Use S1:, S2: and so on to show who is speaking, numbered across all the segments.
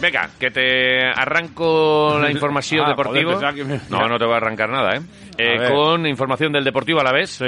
S1: Venga, que te arranco la información
S2: Ah,
S1: deportiva.
S2: joder, pensaba que me-
S1: No, no te voy a arrancar nada, ¿eh? Eh,
S2: ver.
S1: con información del deportivo a la vez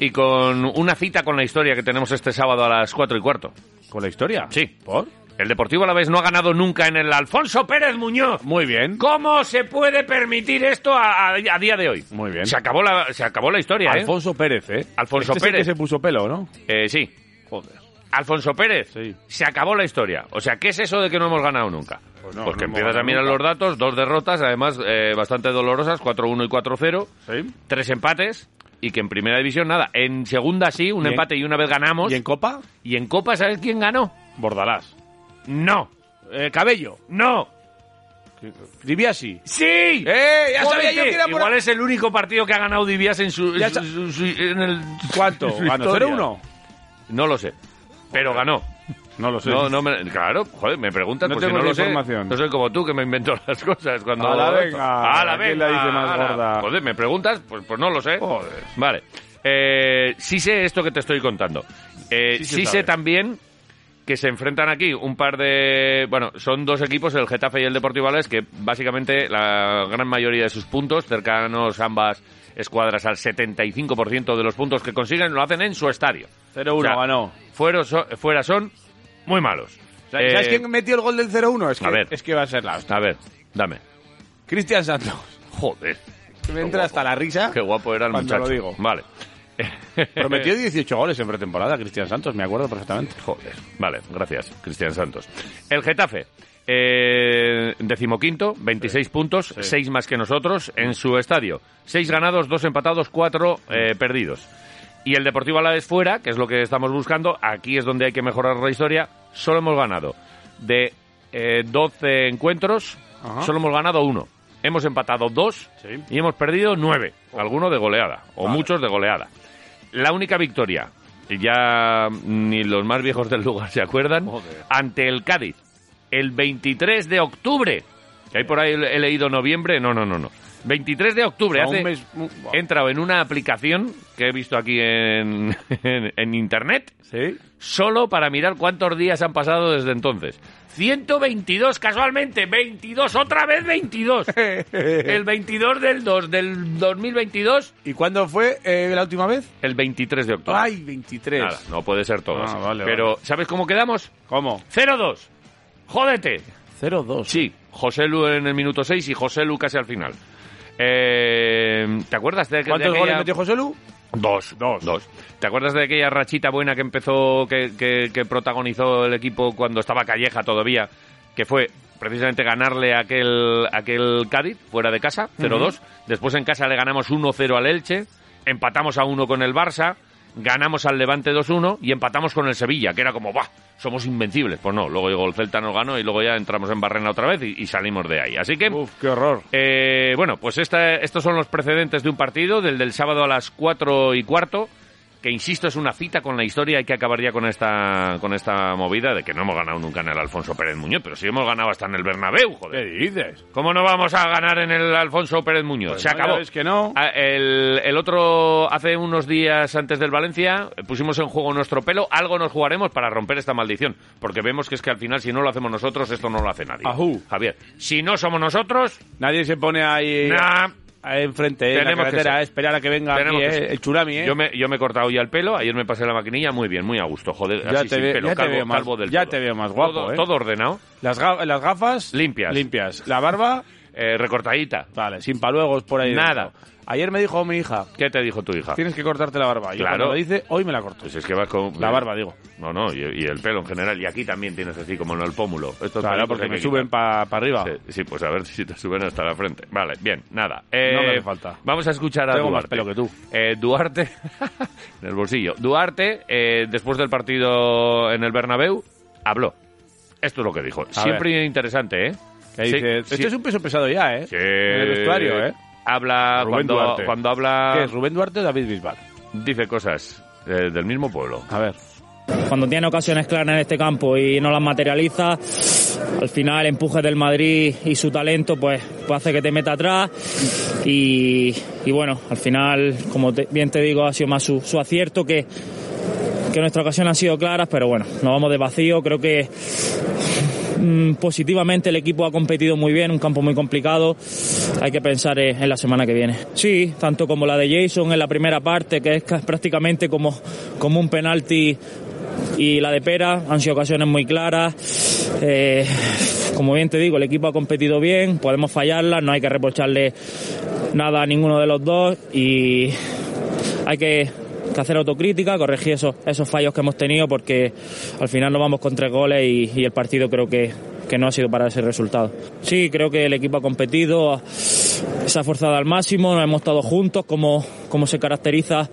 S1: y con una cita con la historia que tenemos este sábado a las 4 y cuarto.
S2: ¿Con la historia?
S1: Sí.
S2: ¿Por?
S1: El Deportivo a la vez no ha ganado nunca en el Alfonso Pérez Muñoz.
S2: Muy bien.
S1: ¿Cómo se puede permitir esto a, a- a día de hoy?
S2: Muy bien.
S1: Se acabó la, se acabó la historia, ¿eh?
S2: Alfonso Pérez, ¿eh?
S1: Alfonso
S2: Este es el
S1: Pérez.
S2: que se puso pelo, ¿no?
S1: Eh, sí.
S2: Joder.
S1: Alfonso Pérez,
S2: Sí.
S1: se acabó la historia. O sea, ¿qué es eso de que no hemos ganado nunca?
S2: Pues
S1: que
S2: no, no hemos
S1: empiezas a
S2: ganado
S1: mirar
S2: nunca.
S1: los datos, dos derrotas, además eh, bastante dolorosas, 4-1 y 4-0,
S2: Sí.
S1: tres empates, y que en primera división nada. En segunda sí, un
S2: Y en-
S1: empate y una vez ganamos.
S2: ¿Y en Copa?
S1: ¿Y en Copa sabes quién ganó?
S2: Bordalás.
S1: No,
S2: Eh, cabello.
S1: no,
S2: Diviasi.
S1: sí.
S2: ¡Eh! Ya
S1: Jodete.
S2: sabía yo que era por
S1: Igual es el único partido que ha ganado Divias en su,
S2: Ya
S1: su-
S2: sa-
S1: su- su- en el...
S2: ¿Cuánto?
S1: su
S2: ¿Ganó
S1: historia.
S2: 0-1?
S1: No lo sé, pero ganó.
S2: No lo sé.
S1: No, no me- claro, joder, me preguntas
S2: No
S1: porque
S2: tengo
S1: no lo
S2: la
S1: sé.
S2: información.
S1: No soy como tú que me invento las cosas cuando.
S2: Ala,
S1: hago
S2: venga,
S1: esto. Ala,
S2: ¿quién
S1: venga,
S2: la dice más
S1: ala.
S2: gorda?
S1: Joder, me preguntas, pues, pues no lo sé.
S2: Joder.
S1: Vale. Eh, sí sé esto que te estoy contando. Eh,
S2: Sí
S1: sí
S2: se
S1: sé
S2: sabe.
S1: también que se enfrentan aquí un par de... Bueno, son dos equipos, el Getafe y el Deportivo Alavés, que básicamente la gran mayoría de sus puntos, cercanos ambas escuadras al 75% de los puntos que consiguen, lo hacen en su estadio.
S2: 0-1
S1: O sea,
S2: ganó.
S1: Fuero so- fuera son muy malos.
S2: ¿Sabes
S1: Eh,
S2: quién metió el gol del 0-1? Es que,
S1: a ver.
S2: es que va a ser la hostia.
S1: A ver, dame.
S2: Cristian Santos.
S1: Joder,
S2: Que Me entra hasta la risa.
S1: qué guapo era el
S2: Cuando
S1: muchacho.
S2: lo digo.
S1: Vale.
S2: Prometió 18 goles en pretemporada Cristian Santos, me acuerdo perfectamente.
S1: Joder. Vale, gracias, Cristian Santos. El Getafe, eh, decimoquinto, 26 puntos, 6 más que nosotros en su estadio. 6 ganados, 2 empatados, 4
S2: Mm.
S1: perdidos. Y el Deportivo Alavés fuera, que es lo que estamos buscando, aquí es donde hay que mejorar la historia, solo hemos ganado de eh, 12 encuentros,
S2: Ajá.
S1: solo hemos ganado uno. Hemos empatado dos
S2: Sí.
S1: y hemos perdido nueve, algunos de goleada, o muchos de goleada. La única victoria, ya ni los más viejos del lugar se acuerdan,
S2: Joder.
S1: ante el Cádiz, el 23 de octubre. Que ahí por ahí he leído noviembre, no, no, no, no. 23 de octubre,
S2: O sea, un
S1: hace,
S2: mes- un-
S1: he entrado en una aplicación que he visto aquí en, en- en internet,
S2: ¿Sí?
S1: solo para mirar cuántos días han pasado desde entonces. 122 casualmente, 22, otra vez 22. El 22 del 2 del 2022,
S2: ¿Y cuándo fue eh, la última vez?
S1: el 23 de octubre.
S2: ¡Ay, 23!
S1: Nada, no puede ser todo.
S2: Ah,
S1: así.
S2: vale,
S1: Pero,
S2: vale.
S1: ¿sabes cómo quedamos?
S2: ¿Cómo?
S1: 0-2. Jódete.
S2: 0-2.
S1: Sí, José Lu en el minuto 6 y José Lu casi al final. Eh, ¿Te acuerdas de, de
S2: ¿Cuántos
S1: aquella-
S2: goles metió José Lu?
S1: Dos, dos, dos. ¿Te acuerdas de aquella rachita buena que empezó, que, que- que protagonizó el equipo cuando estaba Calleja todavía? Que fue precisamente ganarle a aquel, a aquel Cádiz fuera de casa, 0-2. Después en casa le ganamos 1-0 al Elche, empatamos a 1 con el Barça, ganamos al Levante 2-1 y empatamos con el Sevilla, que era como, ¡buah! Somos invencibles. Pues no, luego llegó el Celta, nos ganó y luego ya entramos en Barrena otra vez y, y salimos de ahí. Así que.
S2: Uf, qué horror.
S1: Eh, bueno, pues esta- estos son los precedentes de un partido, del del sábado a las 4 y cuarto, que insisto, es una cita con la historia, hay que acabar ya con esta, con esta movida de que no hemos ganado nunca en el Alfonso Pérez Muñoz, pero sí hemos ganado hasta en el Bernabéu,
S2: ¿Qué
S1: joder.
S2: dices?
S1: ¿Cómo no vamos a ganar en el Alfonso Pérez Muñoz?
S2: Pues
S1: Se
S2: no, ya
S1: acabó.
S2: ves que no.
S1: Ah, El, el otro, hace unos días antes del Valencia, eh, pusimos en juego nuestro pelo. Algo nos jugaremos para romper esta maldición. Porque vemos que es que al final, si no lo hacemos nosotros, esto no lo hace nadie.
S2: Ajú.
S1: Javier, si no somos nosotros,
S2: Nadie se pone ahí,
S1: nah,
S2: ahí enfrente, eh, en la
S1: Tenemos que
S2: carretera,
S1: ser.
S2: eh, esperar a que venga aquí,
S1: Tenemos que
S2: eh,
S1: ser.
S2: el churami, ¿eh?
S1: Yo me, yo me he cortado ya el pelo, ayer me pasé la maquinilla, muy bien, muy a gusto, joder,
S2: Ya
S1: así
S2: te
S1: sin
S2: ve-
S1: pelo,
S2: ya te
S1: calvo,
S2: veo más-
S1: calvo del
S2: ya
S1: todo.
S2: te veo más guapo,
S1: todo,
S2: ¿eh?
S1: todo ordenado.
S2: Las, ga- las gafas...
S1: Limpias.
S2: Limpias. La barba...
S1: eh, recortadita.
S2: Vale, sin paluegos por ahí.
S1: Nada.
S2: dentro. Ayer me dijo mi hija,
S1: ¿Qué te dijo tu hija?
S2: tienes que cortarte la barba. Yo
S1: Claro.
S2: cuando lo dice, hoy me la corto.
S1: Pues es que vas con...
S2: La barba, digo.
S1: No, no, y, y el pelo en general. Y aquí también tienes así, como en el pómulo. Estos
S2: Claro,
S1: pelitos
S2: porque
S1: hay que
S2: me suben
S1: quitar.
S2: para arriba.
S1: Sí, sí, pues a ver si te suben hasta la frente. Vale, bien, nada.
S2: No me
S1: Eh,
S2: hace falta.
S1: Vamos a escuchar a
S2: Tengo
S1: Duarte.
S2: más pelo que tú.
S1: Eh, Duarte, en el bolsillo. Duarte, eh, después del partido en el Bernabéu, habló. Esto es lo que dijo. Siempre interesante, ¿eh?
S2: Que
S1: Sí, este
S2: dice,
S1: sí,
S2: esto es un peso pesado ya, ¿eh?
S1: sí.
S2: En el vestuario, ¿eh?
S1: Habla
S2: Rubén
S1: cuando,
S2: Duarte.
S1: cuando
S2: ¿Qué
S1: habla,
S2: es, Rubén Duarte o David Bisbal?
S1: dice cosas eh, del mismo pueblo.
S2: A ver.
S3: cuando tiene ocasiones claras en este campo y no las materializa, al final el empuje del Madrid y su talento pues, pues hace que te meta atrás y, y bueno, al final, como te- bien te digo, ha sido más su, su acierto que, que nuestra ocasión han sido claras, pero bueno, nos vamos de vacío, creo que mm, positivamente el equipo ha competido muy bien, un campo muy complicado. Hay que pensar eh, en la semana que viene. Sí, tanto como la de Jason en la primera parte, que es ca- prácticamente como, como un penalti. Y la de Pera han sido ocasiones muy claras. Eh, como bien te digo, el equipo ha competido bien, podemos fallarlas, no hay que reprocharle nada a ninguno de los dos y hay que, que hacer autocrítica, corregir esos, esos fallos que hemos tenido porque al final nos vamos con tres goles y, y el partido creo que, que no ha sido para ese resultado. Sí, creo que el equipo ha competido, se ha forzado al máximo, nos hemos estado juntos como, como se caracteriza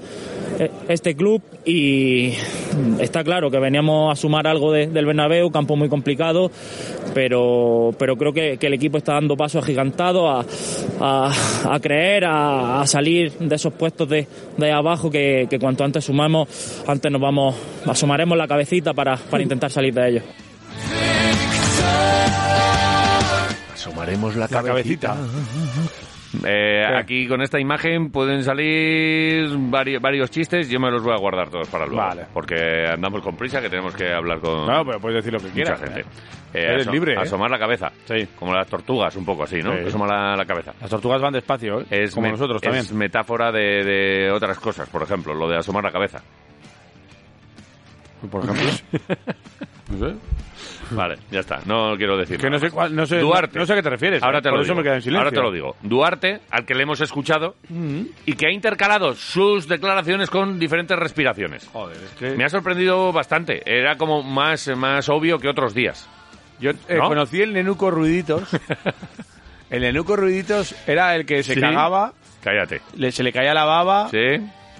S3: eh, este club y está claro que veníamos a sumar algo de- del Bernabéu, campo muy complicado, pero, pero creo que, que el equipo está dando pasos agigantados a, a- a creer, a, a salir de esos puestos de, de ahí abajo que, que cuanto antes sumamos, antes nos vamos, asomaremos la cabecita para, para intentar salir de ellos.
S1: Asomaremos
S2: La cabecita.
S1: Eh, aquí con esta imagen pueden salir vari- varios chistes. Yo me los voy a guardar todos para luego.
S2: Vale.
S1: Porque andamos con prisa que tenemos que hablar con
S2: No, pero puedes decir lo que
S1: mucha
S2: quieras.
S1: gente.
S2: ¿eh?
S1: Eh,
S2: Eres libre, ¿eh?
S1: Asomar la cabeza.
S2: Sí.
S1: Como las tortugas, un poco así, ¿no?
S2: Sí.
S1: Asomar la, la cabeza.
S2: Las tortugas van despacio, ¿eh?
S1: Es
S2: como
S1: me-
S2: nosotros
S1: es
S2: también.
S1: metáfora de, de otras cosas, por ejemplo, lo de asomar la cabeza.
S2: Por ejemplo. no sé.
S1: Vale, ya está. No quiero decir.
S2: Que
S1: nada
S2: no sé,
S1: más.
S2: cuál- no sé,
S1: Duarte.
S2: No, sé a qué te refieres.
S1: Ahora
S2: ¿eh?
S1: te
S2: Por
S1: lo
S2: eso
S1: digo.
S2: me quedé en silencio. Mm.
S1: Ahora te lo digo. Duarte, al que le hemos escuchado y que ha intercalado sus declaraciones con diferentes respiraciones.
S2: Joder, es que
S1: Me ha sorprendido bastante. Era como más, más obvio que otros días.
S2: yo eh,
S1: ¿no?
S2: conocí el Nenuco Ruiditos. el Nenuco Ruiditos era el que se
S1: Sí.
S2: cagaba,
S1: Cállate.
S2: le- se le caía la baba,
S1: ¿Sí?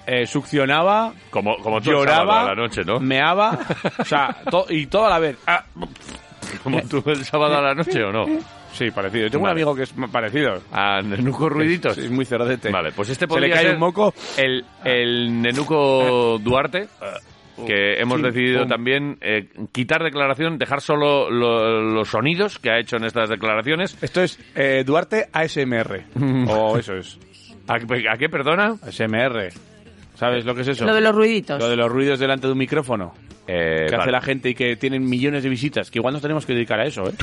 S2: eh, succionaba,
S1: Como, como tú el sábado
S2: lloraba,
S1: a la noche, ¿no?
S2: meaba, o sea, to- y todo a la vez. Ah,
S1: Como tú el sábado a la noche, ¿o no?
S2: sí, parecido. Yo tengo
S1: Vale. Ah,
S2: un amigo que es parecido.
S1: A Nenuco Ruiditos.
S2: Es, es muy cerdete.
S1: Vale, pues este
S2: se le
S1: podría
S2: cae
S1: ser
S2: un moco.
S1: el, el Nenuco Duarte, que hemos
S2: pum,
S1: decidido
S2: pum.
S1: también eh, quitar declaración, dejar solo lo- los sonidos que ha hecho en estas declaraciones.
S2: Esto es eh, Duarte ASMR. o eso es.
S1: ¿A, a qué, perdona?
S2: ASMR. ¿Sabes lo que es eso?
S4: Lo de los ruiditos.
S2: Lo de los ruidos delante de un micrófono
S1: Eh,
S2: que
S1: vale.
S2: hace la gente y que tienen millones de visitas, que igual nos tenemos que dedicar a eso, ¿eh?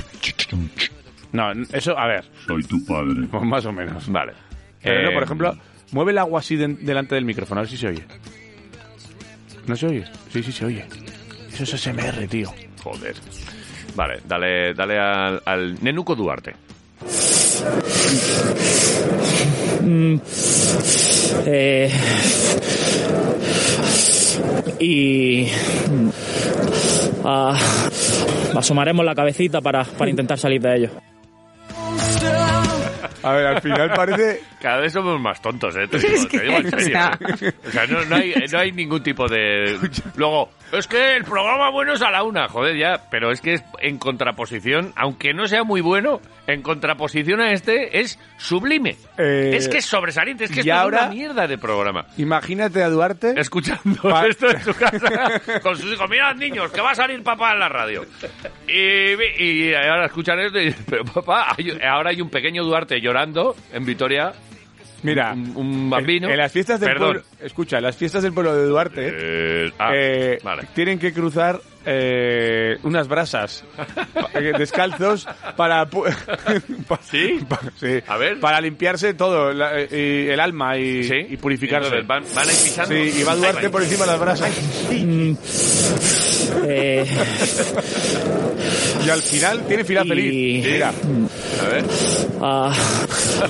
S2: No, n- eso, a ver,
S5: Soy tu padre.
S2: pues más o menos.
S1: Vale.
S2: Pero no,
S1: Eh,
S2: por ejemplo, mueve el agua así de- delante del micrófono, a ver si se oye. ¿No se oye? Sí, sí se oye. Eso es SMR, tío.
S1: Joder. Vale, dale, dale al, al Nenuco Duarte.
S3: Mm, eh, y mm, ah, asomaremos la cabecita para, para intentar salir de ellos.
S2: A ver, al final parece...
S1: Cada vez somos más tontos, ¿eh? Te digo,
S4: Es
S1: te
S4: que-
S1: digo en
S4: o
S1: serio. ¿eh?
S4: sea.
S1: O sea, no, no hay, no hay ningún tipo de... Luego, es que el programa bueno es a la una, joder, ya. Pero es que es en contraposición, aunque no sea muy bueno, en contraposición a este es sublime.
S2: Eh,
S1: es que es sobresaliente, es que
S2: y
S1: esto es
S2: ahora-
S1: una mierda de programa.
S2: Imagínate a Duarte...
S1: escuchando
S2: Pa-
S1: esto en su casa con sus hijos. Mirad, niños, que va a salir papá en la radio. Y, vi- y ahora escuchan esto y dicen, pero papá, hay- ahora hay un pequeño Duarte llorando en Vitoria,
S2: Mira,
S1: un, un bambino.
S2: en, en las fiestas del
S1: Perdón.
S2: pueblo... Escucha, en las fiestas del pueblo de Duarte...
S1: Eh, ah,
S2: Eh,
S1: vale.
S2: tienen que cruzar eh, unas brasas eh, descalzos para, pu- pa-
S1: ¿Sí?
S2: pa- sí,
S1: A ver.
S2: para limpiarse todo la- eh, y el alma y,
S1: ¿Sí?
S2: y purificarse.
S1: Entonces, Van, van ahí pisando.
S2: Sí, y va
S1: Ahí
S2: Duarte
S1: van.
S2: por encima de las brasas
S3: Mm, eh,
S2: y al final tiene final
S3: Y-
S2: feliz. Mira,
S1: A ver.
S3: Ah,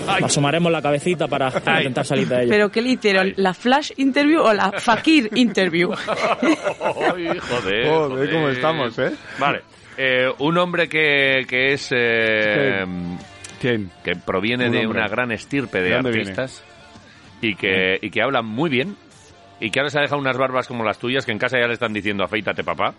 S1: Ay.
S3: asomaremos la cabecita para
S1: Ay.
S3: intentar salir de ella.
S4: ¿Pero qué le hicieron? ¿La flash interview o la fakir interview?
S1: Ay, joder,
S2: Joder, cómo estamos, ¿eh?
S1: Vale. Eh, un hombre que, que es. eh,
S2: ¿Quién?
S1: que proviene
S2: Un
S1: de
S2: hombre.
S1: una gran estirpe de,
S2: ¿De dónde
S1: artistas y que, y que habla muy bien y que ahora se ha dejado unas barbas como las tuyas que en casa ya le están diciendo afeítate papá.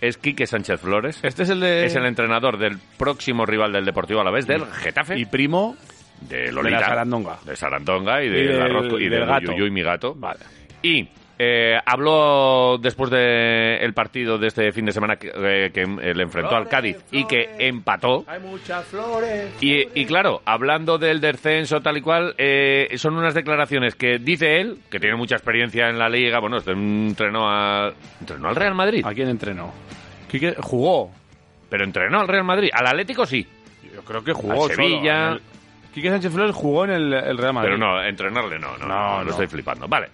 S1: Es Quique Sánchez Flores.
S2: Este es el de...
S1: Es el entrenador del próximo rival del Deportivo a la vez, del Getafe,
S2: Y primo...
S1: de Lolita,
S2: de la Sarandonga.
S1: de Sarandonga y, de
S2: Y del-
S1: y
S2: del
S1: del
S2: gato.
S1: Yuyuy, mi gato.
S2: Vale.
S1: Y eh, habló después del el partido de este fin de semana que, eh, que, eh, le enfrentó al Cádiz y que empató.
S2: Hay muchas flores.
S1: Y, y claro, hablando del descenso tal y cual, eh, son unas declaraciones que dice él, que tiene mucha experiencia en la liga, bueno, este entrenó, a, entrenó al Real Madrid,
S2: ¿A quién entrenó? Quique jugó.
S1: pero entrenó al Real Madrid, al Atlético sí,
S2: Yo creo que
S1: Al
S2: jugó. solo,
S1: Sevilla.
S2: en el- Quique Sánchez Flores jugó en el, el Real Madrid.
S1: pero no, entrenarle no, no, no,
S2: No,
S1: lo
S2: no.
S1: estoy flipando, vale.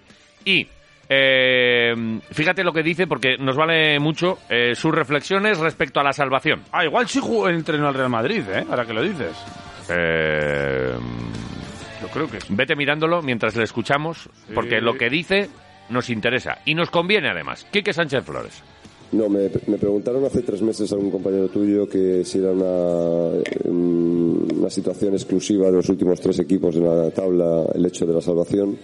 S1: Y eh, fíjate lo que dice porque nos vale mucho eh, sus reflexiones respecto a la salvación.
S2: Ah, igual sí jugó, entrenó al Real Madrid, ¿eh? Ahora que lo dices.
S1: Eh,
S2: Yo creo que sí.
S1: Vete mirándolo mientras le escuchamos, porque
S2: Sí.
S1: lo que dice nos interesa y nos conviene además. Quique Sánchez Flores.
S5: No, me, me preguntaron hace tres meses a un compañero tuyo que si era una, eh, una situación exclusiva de los últimos tres equipos en la tabla el hecho de la salvación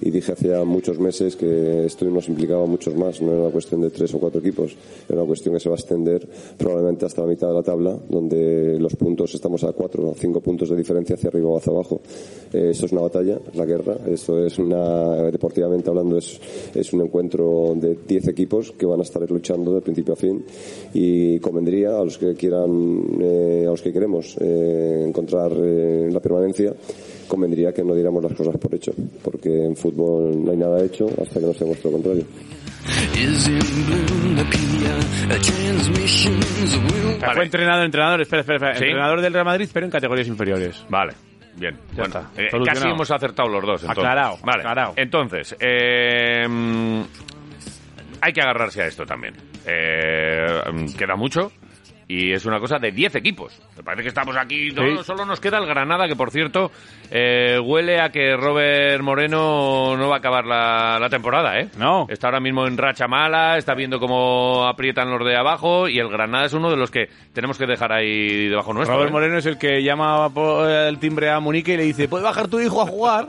S5: y dije hacía muchos meses que esto nos implicaba muchos más, no era una cuestión de tres o cuatro equipos, era una cuestión que se va a extender probablemente hasta la mitad de la tabla, donde los puntos estamos a cuatro o cinco puntos de diferencia hacia arriba o hacia abajo. Eh, esto es una batalla, es la guerra, esto es una, deportivamente hablando, es, es un encuentro de 10 equipos que van a estar luchando de principio a fin y convendría a los que quieran, eh, a los que queremos eh, encontrar eh, la permanencia, convendría que no diéramos las cosas por hecho, porque en fútbol no hay nada hecho hasta que no se muestre lo contrario.
S6: Is in bloom the Kia, a transmissions will
S2: Fue
S1: Vale.
S2: entrenado, entrenador, espera, espera, espera.
S1: Sí.
S2: Entrenador del Real Madrid, pero en categorías inferiores.
S1: Vale. Bien,
S2: Ya
S1: bueno,
S2: está.
S1: eh,
S2: Solucionado.
S1: casi hemos acertado los dos. Entonces.
S2: Aclarado,
S1: vale.
S2: aclarado.
S1: Entonces, eh, mm, hay que agarrarse a esto también. Eh, mm, queda mucho y es una cosa de 10 equipos. Me parece que estamos aquí, no,
S2: Sí.
S1: solo nos queda el Granada, que por cierto eh, huele a que Robert Moreno no va a acabar la, la temporada, ¿eh?
S2: No.
S1: Está ahora mismo en racha mala, está viendo cómo aprietan los de abajo y el Granada es uno de los que tenemos que dejar ahí debajo nuestro.
S2: Robert
S1: ¿eh?
S2: Moreno es el que llama por el timbre a Munique y le dice, ¿puede bajar tu hijo a jugar?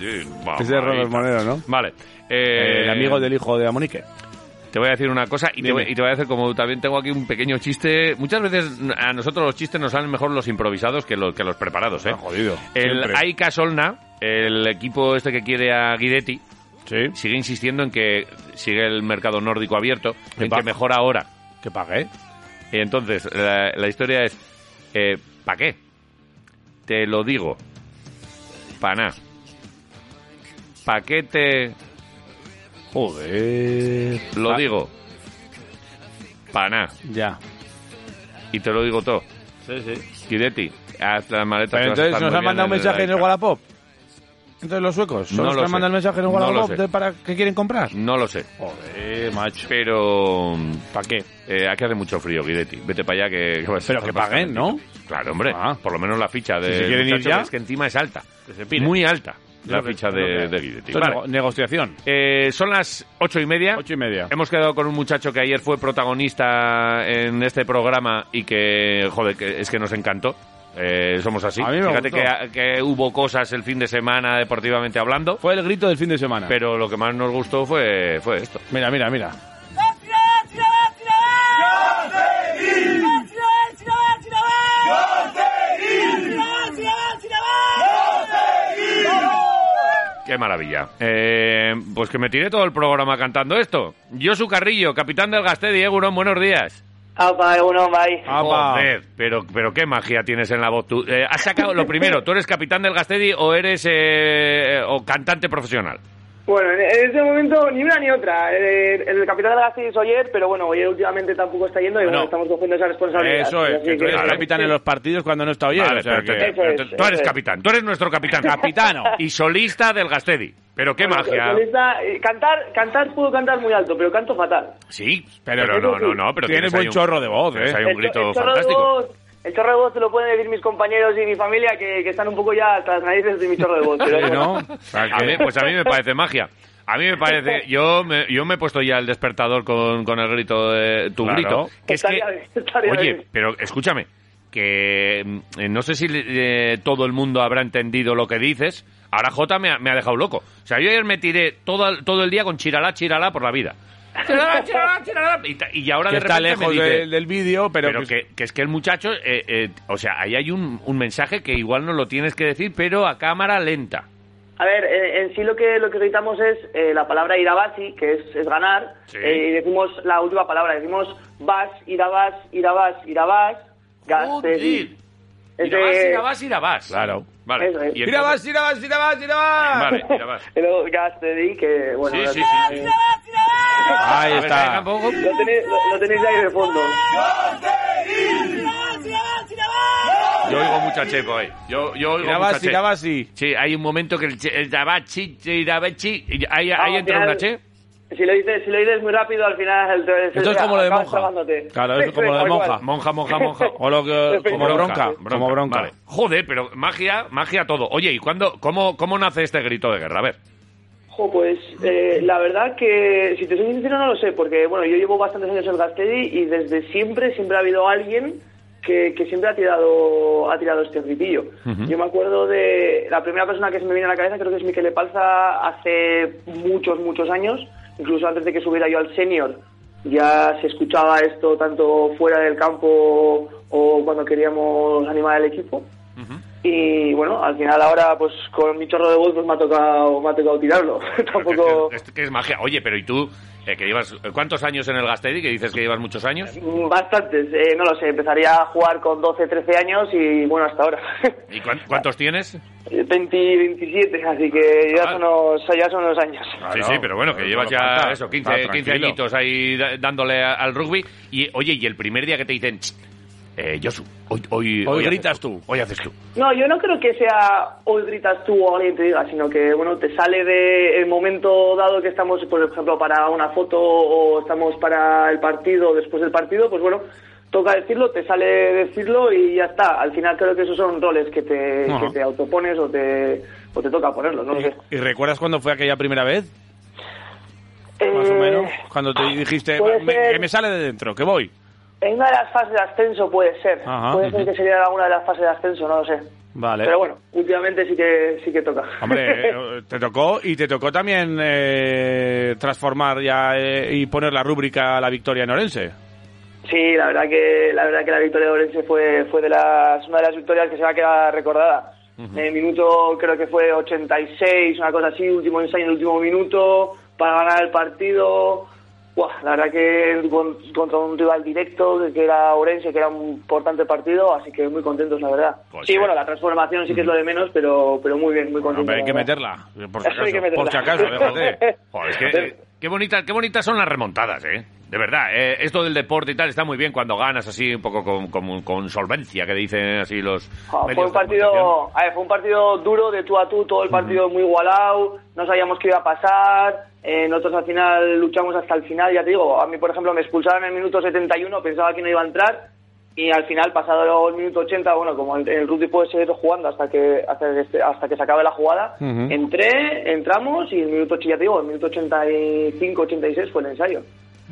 S1: Sí,
S2: Ese es Robert Moreno, ¿no?
S1: Vale. eh,
S2: el amigo del hijo de Amunique.
S1: Te voy a decir una cosa y te,
S2: Dime.
S1: voy, y te voy a hacer como también tengo aquí un pequeño chiste. Muchas veces a nosotros los chistes nos salen mejor los improvisados que los, que los preparados, ¿eh?
S2: Ah, jodido.
S1: El
S2: Siempre.
S1: Aika Solna, el equipo este que quiere a Guidetti,
S2: Sí.
S1: sigue insistiendo en que sigue el mercado nórdico abierto,
S2: Qué
S1: en
S2: paja.
S1: que mejora ahora.
S2: Que pagué.
S1: Y entonces, la, la historia es, ¿para qué? Te lo digo. Para nada. ¿Para qué te
S2: Joder.
S1: lo
S2: Pa-
S1: digo? Para nada.
S2: Ya.
S1: Y te lo digo todo.
S2: Sí, sí.
S1: Kiretti, haz la maleta.
S2: Pero
S1: que vas a
S2: entonces
S1: estar
S2: nos
S1: muy
S2: han
S1: bien
S2: mandado un
S1: en
S2: mensaje en el Wallapop. Entonces los suecos,
S1: No
S2: ¿solo
S1: lo
S2: están
S1: sé.
S2: mandando el mensaje en el
S1: No lo
S2: Wallapop
S1: sé.
S2: de para qué quieren comprar?
S1: No lo sé.
S2: Joder, macho.
S1: Pero
S2: ¿Para qué?
S1: eh, aquí hace mucho frío, Guidetti. Vete para allá que, que va a
S2: Pero
S1: estar
S2: que
S1: más
S2: paguen, ¿no?
S1: calentito. Claro, hombre.
S2: Ah.
S1: Por lo menos la ficha de.
S2: Si se quieren ir
S1: muchachos
S2: ya.
S1: Es que encima es alta.
S2: se piden.
S1: Muy alta la
S2: Yo creo
S1: ficha
S2: que- creo
S1: de,
S2: que-
S1: de Guidetti.
S2: Esto es
S1: Vale.
S2: nego- negociación.
S1: Eh, son las ocho y media.
S2: Ocho y media.
S1: Hemos quedado con un muchacho que ayer fue protagonista en este programa y que, joder, que es que nos encantó. Eh, somos así.
S2: A mí me
S1: Fíjate
S2: gustó.
S1: que, que hubo cosas el fin de semana deportivamente hablando,
S2: Fue el grito del fin de semana.
S1: pero lo que más nos gustó fue, fue esto.
S2: Mira, mira, mira.
S1: Qué maravilla. Eh, pues que me tiré todo el programa cantando esto. Josu Carrillo, capitán del Gastedi, Egunon, buenos días.
S7: Apa, uno vais.
S2: Apa.
S1: Joder, pero, pero qué magia tienes en la voz. Tú, eh, has sacado lo primero, ¿tú eres capitán del Gastedi o eres eh, o cantante profesional?
S7: Bueno, en en este momento ni una ni otra. Eh, El, capitán de la Gasteiz es Oyer, pero bueno, Oyer últimamente tampoco está yendo y bueno,
S2: Bueno,
S7: estamos cogiendo esa responsabilidad.
S2: Eso es,
S7: Así
S2: que tú eres
S1: claro.
S2: capitán en los partidos cuando no está ayer.
S1: Vale,
S2: o sea
S1: pero
S2: que-
S1: te- pero
S7: Eso
S1: te-
S7: es,
S1: tú eres
S7: eso es.
S1: capitán, tú eres nuestro capitán.
S2: Capitano.
S1: Y solista del Gastedi. Pero qué
S7: Bueno,
S1: magia.
S7: solista, eh, cantar, cantar puedo cantar muy alto, pero canto fatal.
S1: Sí, pero,
S2: Pero-
S1: no, no, no, pero
S2: Tienes
S1: ahí
S2: buen chorro de voz,
S1: tienes
S2: ¿eh?
S1: ahí un
S7: El cho-
S1: grito
S7: el chorro de
S1: fantástico.
S7: voz- El chorro de voz te lo pueden decir mis compañeros y mi familia que, que están un poco ya tras narices de mi chorro de voz. pero
S1: Sí, ¿no?
S7: bueno.
S1: A mí- pues a mí me parece magia. A mí me parece, yo me, yo me he puesto ya el despertador con, con el grito de tu
S2: Claro.
S1: grito. Que es
S7: Estaría
S1: que-
S7: bien, estaría bien.
S1: oye, pero escúchame, que mm, eh, no sé si eh, todo el mundo habrá entendido lo que dices. Ahora Jota me ha, me ha dejado loco. O sea, yo ayer me tiré todo, el- todo el día con chiralá, chiralá por la vida.
S7: Ah,
S1: Chiralá, chiralá, chiralá. Y, ta- y ahora
S2: que
S1: de repente
S2: está lejos
S1: me dice,
S2: del- del vídeo, pero, pues,
S1: pero que, que es que el muchacho, eh, eh, o sea, ahí hay un, un mensaje que igual no lo tienes que decir, pero a cámara lenta.
S7: A ver, eh, en sí lo que lo que gritamos es eh, la palabra irabasi, que es, es ganar,
S1: Sí.
S7: eh, y decimos la última palabra, decimos vas, irabas, irabas, irabas, gas,
S1: Joder.
S7: eh, es
S1: Irabás,
S7: de-
S1: irabás, irabás.
S2: Claro.
S1: Vale.
S7: Eso es.
S1: Y entonces-
S2: ¡Tira más, tira más, tira más, tira más!
S1: Vale, irabás.
S7: pero gas, te di, que bueno,
S1: Sí, sí,
S7: no-
S1: sí. sí.
S2: Ahí
S1: A ver, ahí
S2: está.
S1: tampoco.
S7: Lo, tenéis, lo, lo tenéis ahí de fondo.
S1: Yo oigo mucha chepo ahí. Yo, yo oigo
S2: Tira más,
S1: mucha che.
S2: tira más, sí.
S1: Sí, hay un momento que el, che- el tabachi, tirabachi, y ahí,
S2: Ah,
S1: ahí
S7: al
S1: entra
S7: final-
S1: una che.
S7: Si lo dices, si lo dices muy rápido, al final te-
S2: Esto es
S7: te-
S2: como lo de
S7: acabas
S2: monja.
S7: tragándote.
S2: Claro, esto es como lo de
S7: Tal cual.
S2: monja.
S1: Monja, monja, monja.
S2: O lo que, como bronca, como bronca.
S1: Vale. Joder, pero magia, magia todo. Oye, ¿y cuándo, cómo, cómo nace este grito de guerra? A ver.
S7: Jo, pues eh, la verdad que, si te soy sincero, no lo sé, porque bueno, yo llevo bastantes años en Gastedi y desde siempre, siempre ha habido alguien que, que siempre ha tirado, ha tirado este gritillo. Yo me acuerdo de la primera persona que se me viene a la cabeza, creo que es Miquel Palza, hace muchos, muchos años, incluso antes de que subiera yo al senior, ya se escuchaba esto tanto fuera del campo o cuando queríamos animar al equipo. Y bueno, al final ahora pues con mi chorro de voz pues me ha tocado, me ha tocado tirarlo. Tampoco
S1: Que, que- que es magia. Oye, pero ¿y tú? eh, que llevas, ¿Cuántos años en el Gastedi? Que dices que llevas muchos años.
S7: mm, bastantes, eh, no lo sé, empezaría a jugar con 12, 13 años y bueno, hasta ahora.
S1: ¿Y cuán- cuántos tienes?
S7: 20, 27, así que ya
S1: Ah.
S7: son unos, ya son unos años.
S1: Sí,
S2: Claro,
S1: sí, pero bueno, que
S2: pero
S1: llevas
S2: Ah, no
S1: ya
S2: falta,
S1: eso,
S2: está
S1: 15, 15
S2: tranquilo.
S1: añitos ahí da- dándole a- al rugby. Y oye, y el primer día que te dicen, "Ch, eh, Josu, hoy, hoy,
S2: Hoy
S1: haces
S2: gritas tú.
S1: Hoy haces tú.
S7: No, yo no creo que sea hoy gritas tú o alguien te diga, sino que bueno, te sale del momento dado que estamos, por ejemplo, para una foto o estamos para el partido o después del partido, pues bueno, toca decirlo, te sale decirlo y ya está. Al final creo que esos son roles que te,
S2: Ajá.
S7: que te autopones o te, o te toca ponerlos, no lo sé.
S2: ¿Y recuerdas cuándo fue aquella primera vez? Más
S7: Eh,
S2: o menos. Cuando te dijiste,
S7: Ah, puede
S2: "Me-
S7: ser-
S2: que me sale de dentro, que voy.
S7: En una de las fases de ascenso puede ser,
S2: Ajá.
S7: puede ser que sería alguna de las fases de ascenso, no lo sé.
S2: Vale.
S7: Pero bueno, últimamente sí que, sí que toca.
S2: Hombre, eh, te tocó y te tocó también eh, transformar ya eh, y poner la rúbrica a la victoria en Orense.
S7: Sí, la verdad que la verdad que la victoria de Orense fue fue de las una de las victorias que se va a quedar recordada. En el minuto creo que fue 86, una cosa así, último ensayo en el último minuto para ganar el partido. Buah, la verdad que con- contra un rival directo que era Orense, que era un importante partido, así que muy contentos la verdad.
S1: Pues
S7: sí,
S1: sí.
S7: bueno, la transformación sí que es lo de menos, pero pero muy bien, muy
S2: Bueno,
S7: contentos.
S2: hombre, hay
S7: la
S2: que
S7: Pues verdad.
S2: meterla, por si
S7: Eso hay que
S2: acaso. Por si acaso,
S7: meterla.
S2: déjate.
S1: Joder, es que, eh, qué, bonita, qué bonitas son las remontadas, ¿eh? De verdad, eh, esto del deporte y tal está muy bien cuando ganas así un poco con, con- con solvencia, que dicen así los...
S7: Ah,
S1: medios
S7: fue
S1: de
S7: un partido,
S1: comunicación.
S7: a ver, fue un partido duro de tú a tú, todo el partido muy igualado, no sabíamos qué iba a pasar, eh, nosotros al final luchamos hasta el final, ya te digo, a mí por ejemplo me expulsaron en el minuto 71, pensaba que no iba a entrar y al final pasado el minuto 80, bueno, como el, el rugby puede seguir jugando hasta que hasta que, se- hasta que se acabe la jugada,
S2: Ujú.
S7: entré, entramos y el minuto ya te digo, el minuto 85, 86 fue el ensayo.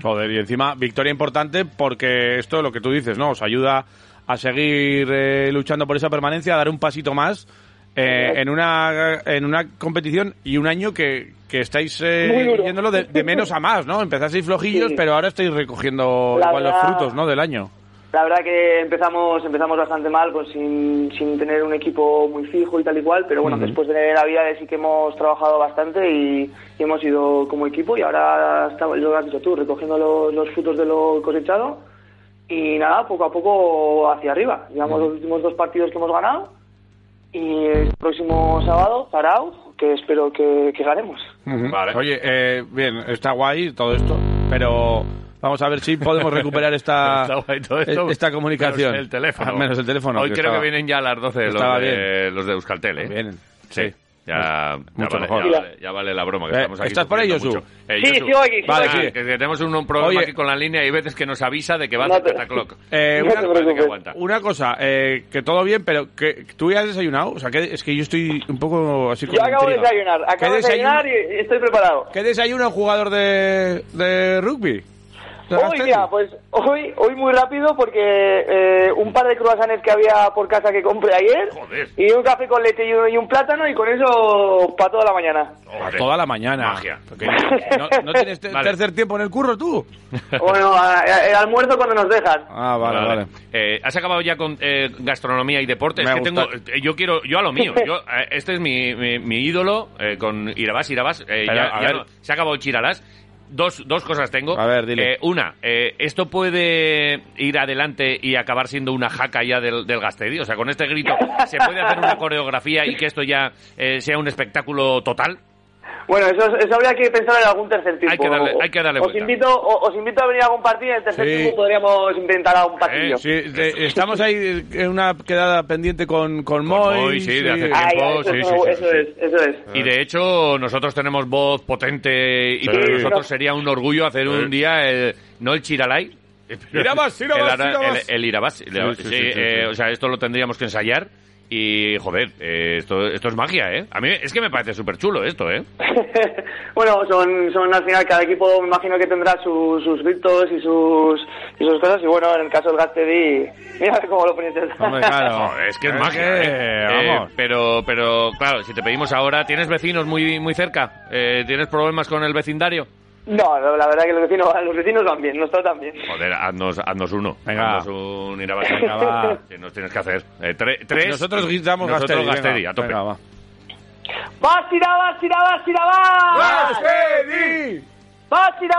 S2: Joder, y encima victoria importante porque esto es lo que tú dices, ¿no? Os ayuda a seguir eh, luchando por esa permanencia, a dar un pasito más eh, en una en una competición y un año que, que estáis eh,
S7: Muy duro.
S2: yéndolo de, de menos a más, ¿no? Empezasteis flojillos,
S7: Sí.
S2: pero ahora estáis recogiendo
S7: La
S2: igual los
S7: verdad-
S2: frutos, ¿no? Del año.
S7: La verdad que empezamos empezamos bastante mal, pues sin, sin tener un equipo muy fijo y tal y cual, pero bueno, después de la vida sí que hemos trabajado bastante y, y hemos ido como equipo y ahora estamos, lo has dicho tú, recogiendo los, los frutos de lo cosechado y nada, poco a poco hacia arriba. Llevamos los últimos dos partidos que hemos ganado y el próximo sábado, Zarao, que espero que, que ganemos.
S2: Ujú.
S1: Vale.
S2: Oye, eh, bien, está guay todo esto, pero vamos a ver si podemos recuperar esta,
S1: Está guay todo esto,
S2: e- esta comunicación.
S1: Menos el teléfono.
S2: Ah, Menos el teléfono.
S1: Hoy
S2: que
S1: creo
S2: estaba-
S1: que vienen ya a las 12 los
S2: estaba
S1: de, los de Euskaltel, ¿eh?
S2: Vienen,
S1: Sí.
S2: sí.
S1: Ya, ya,
S2: Mucho
S1: vale,
S2: mejor.
S1: ya vale, ya vale la broma que
S2: Eh,
S1: estamos aquí.
S2: ¿estás por ahí,
S1: sufriendo
S2: Josu?
S1: mucho. Eh,
S7: Sí,
S1: Josu,
S7: sigo aquí, sigo
S1: vale,
S2: aquí.
S1: que- que tenemos un, un problema
S2: Oye.
S1: aquí con la línea y veces que nos avisa de que va a
S7: No
S1: hacer
S7: te-
S1: catacloc.
S2: Eh,
S7: No
S2: una,
S7: te
S1: Parece que
S7: preocupes.
S1: aguanta.
S2: una cosa, eh, que todo bien, pero que tú ya has desayunado. O sea, que, es que yo estoy un poco así con
S7: Yo acabo de
S2: intriga.
S7: desayunar, acabo de
S2: ¿Qué desayuno-
S7: desayunar y y estoy preparado.
S2: ¿Qué desayuna un jugador de, de rugby? ¿De
S7: Hoy,
S2: Gasteiz?
S7: mira, pues hoy, hoy muy rápido porque eh, un par de croissants que había por casa que compré ayer
S1: Joder.
S7: y un café con leche y un, y un plátano y con eso para toda la mañana.
S2: A
S1: Joder.
S2: toda la mañana.
S1: Magia.
S2: Porque ¿No, no tienes te-
S1: Vale.
S2: tercer tiempo en el curro tú?
S7: Bueno, a- a- el almuerzo cuando nos dejan.
S2: Ah, vale, vale.
S1: Eh, ¿Has acabado ya con eh, gastronomía y deportes?
S2: Me
S1: que
S2: ha
S1: tengo,
S2: gustado.
S1: eh, yo quiero, yo a lo mío. Yo, eh, este es mi, mi- mi ídolo eh, con Irabás, Irabás. eh,
S2: Pero,
S1: ya-
S2: a
S1: ya
S2: ver.
S1: no- se ha acabado Chiralás. Dos, dos cosas tengo.
S2: A ver, dile.
S1: Eh, una, eh, ¿esto puede ir adelante y acabar siendo una jaca ya del, del Gastedi? O sea, con este grito, ¿se puede hacer una coreografía y que esto ya eh, sea un espectáculo total?
S7: Bueno, eso, eso habría que pensar en algún tercer tiempo.
S1: que darle-
S7: O-
S1: hay que darle
S7: os
S1: vuelta.
S7: invito, o- os invito a venir a compartir en el tercer
S2: Sí.
S7: tiempo podríamos intentar
S1: Eh,
S7: algún pasillo.
S2: Sí, de- estamos ahí en una quedada pendiente con, con Moy.
S1: Moy, sí, de hace
S7: Ay, ay,
S1: tiempo,
S7: eso,
S1: sí,
S7: es
S1: sí,
S7: nuevo,
S1: sí,
S7: eso
S1: sí.
S7: es, eso es.
S1: Y de hecho, nosotros tenemos voz potente y
S2: Eh. Sí. Eh.
S1: para nosotros sería un orgullo hacer un día el, no el Chiralay.
S2: Irabás,
S1: el,
S2: Irabás,
S1: ara-
S2: Irabás.
S1: el- el Irabás. Irabás.
S2: sí,
S1: Sí,
S2: sí, sí,
S1: eh,
S2: sí.
S1: O sea, esto lo tendríamos que ensayar. Y, joder, eh, esto, esto es magia, ¿eh? A mí es que me parece súper chulo esto, ¿eh?
S7: bueno, son, son al final cada equipo me imagino que tendrá sus, sus gritos y sus, y sus cosas y bueno, en el caso del Gastedi, mira cómo lo pones.
S2: Hombre, claro.
S1: Joder, es que es
S2: Es
S1: magia,
S2: que,
S1: ¿eh? Eh,
S2: vamos.
S1: pero, pero, claro, si te pedimos ahora, ¿tienes vecinos muy, muy cerca? Eh, ¿Tienes problemas con el vecindario?
S7: No, no, la verdad que los vecinos, los vecinos van bien, nos tratan bien.
S1: Joder, haznos, haznos uno.
S2: Venga.
S1: Haznos un Irabás.
S2: Venga, va.
S1: Que nos tienes que hacer. Eh, tre- tres.
S2: Nosotros gritamos
S1: Nosotros
S2: Gasteiz, venga.
S1: Gasteiz, a tope.
S2: Venga, va.
S7: ¡Vas, tira, vas, tira, vas, tira, vas! ¡Vas, tira,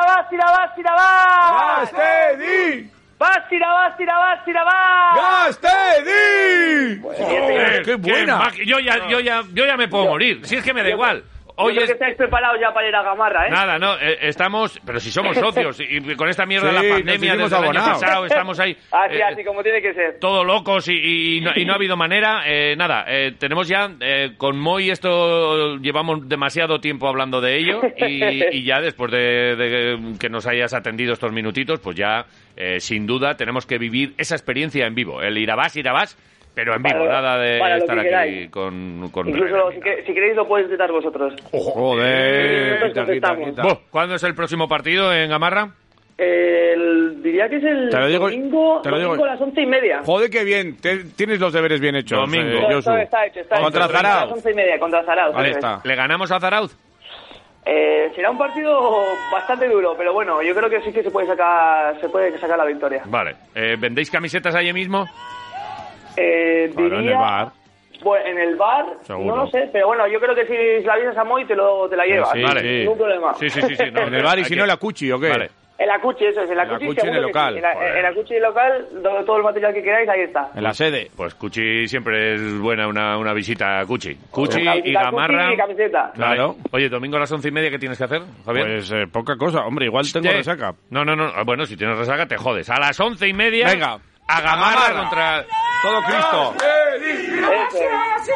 S7: vas, tira, vas, tira, vas!
S2: ¡Gasteiz!
S7: ¡Vas, tira, vas, tira, vas, tira, vas!
S2: ¡Gasteiz!
S1: Joder,
S2: ¡Qué buena!
S1: maqui- Yo ya, yo, ya, yo ya me puedo morir. Si es que me da igual. Hoy
S7: Yo creo
S1: es...
S7: que este estáis preparados ya para ir a Gamarra, ¿eh?
S1: Nada, no, eh, estamos... Pero si somos socios y y con esta mierda de
S2: Sí,
S1: la
S2: nos
S1: pandemia
S2: hicimos
S1: desde el año
S2: abonados.
S1: pasado estamos ahí...
S7: Así,
S1: eh,
S7: Ah, así como tiene que ser.
S1: todo locos y, y no, y no ha habido manera. Eh, nada, eh, tenemos ya eh, con Moy esto, llevamos demasiado tiempo hablando de ello y, y ya después de, de que nos hayas atendido estos minutitos, pues ya eh, sin duda tenemos que vivir esa experiencia en vivo. El Irabás, Irabás, pero en
S7: Para
S1: vivo,
S7: lo-
S1: nada de
S7: para lo
S1: estar
S7: que
S1: aquí
S7: queráis.
S1: con... con
S7: Incluso si, que- si queréis lo podéis intentar vosotros.
S2: Joder,
S7: Nosotros
S2: quita, quita,
S7: contestamos.
S2: quita.
S1: Buh, ¿Cuándo es el próximo partido en Gamarra?
S7: El, diría que es el
S2: Te lo digo-
S7: domingo,
S2: te lo digo-
S7: domingo a las once y media.
S2: Joder, qué bien. Te- tienes los deberes bien hechos.
S1: Domingo.
S2: eh,
S7: Todo-
S2: Josu.
S7: todo está hecho, está
S2: Contra
S7: hecho. A
S2: Zarao.
S7: las once y media, contra Zarao.
S2: Ahí
S7: eso es.
S2: está.
S1: ¿Le ganamos a Zarauz?
S7: Eh, será un partido bastante duro, pero bueno, yo creo que sí que se puede sacar, se puede sacar la victoria.
S1: Vale. Eh, ¿Vendéis camisetas allí mismo?
S7: Eh,
S2: Bueno,
S7: diría,
S2: en el bar.
S7: Bueno, en el bar,
S2: Seguro.
S7: no lo sé, pero bueno, yo creo que si la avisas a Moy te, lo, te la llevas.
S2: sí,
S1: Vale.
S2: sí.
S7: Ningún problema.
S1: Sí, sí, sí. sí, no,
S2: En el bar y
S1: hay
S2: si
S1: que-
S2: no, la cuchi, ¿o qué?
S1: Vale.
S7: El acuche, eso es, el acuche,
S2: acuche en el
S7: seguro que sí.
S2: local.
S7: En, la-
S1: Joder.
S7: el acuche local, do- todo el material que queráis, ahí está.
S2: En la sede.
S1: Pues Cuchi siempre es buena una, una visita a Cuchi. Cuchi
S7: Una
S1: y
S7: visita al
S1: Gamarra.
S7: cuchi y camiseta.
S2: Claro.
S1: Oye, domingo a las once y media, ¿qué tienes que hacer, Javier?
S2: Pues eh, poca cosa. Hombre, igual tengo
S1: Eh,
S2: resaca.
S1: No, no, no. Ah, Bueno, si tienes resaca, te jodes. A las once y media.
S2: Venga.
S1: A Gamarra,
S2: Gamarra.
S1: contra.
S2: Todo Cristo.
S7: Eso es.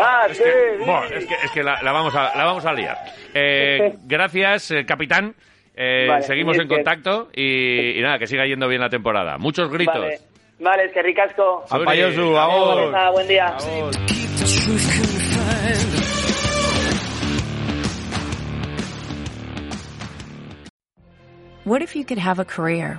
S7: ah, sí, sí.
S1: Buah, es que, es que la, la vamos a, la vamos a liar. Eh, gracias, eh, capitán. Eh,
S7: Este Vale,
S1: seguimos en
S7: bien, bien.
S1: contacto y, y nada, que siga yendo bien la temporada. Muchos gritos.
S7: Vale, vale, es que ricasco.
S2: Apa, Josu,
S7: Vale,
S2: vamos.
S7: nada, buen día.
S6: Keep the truth confined.
S8: What if you could have a career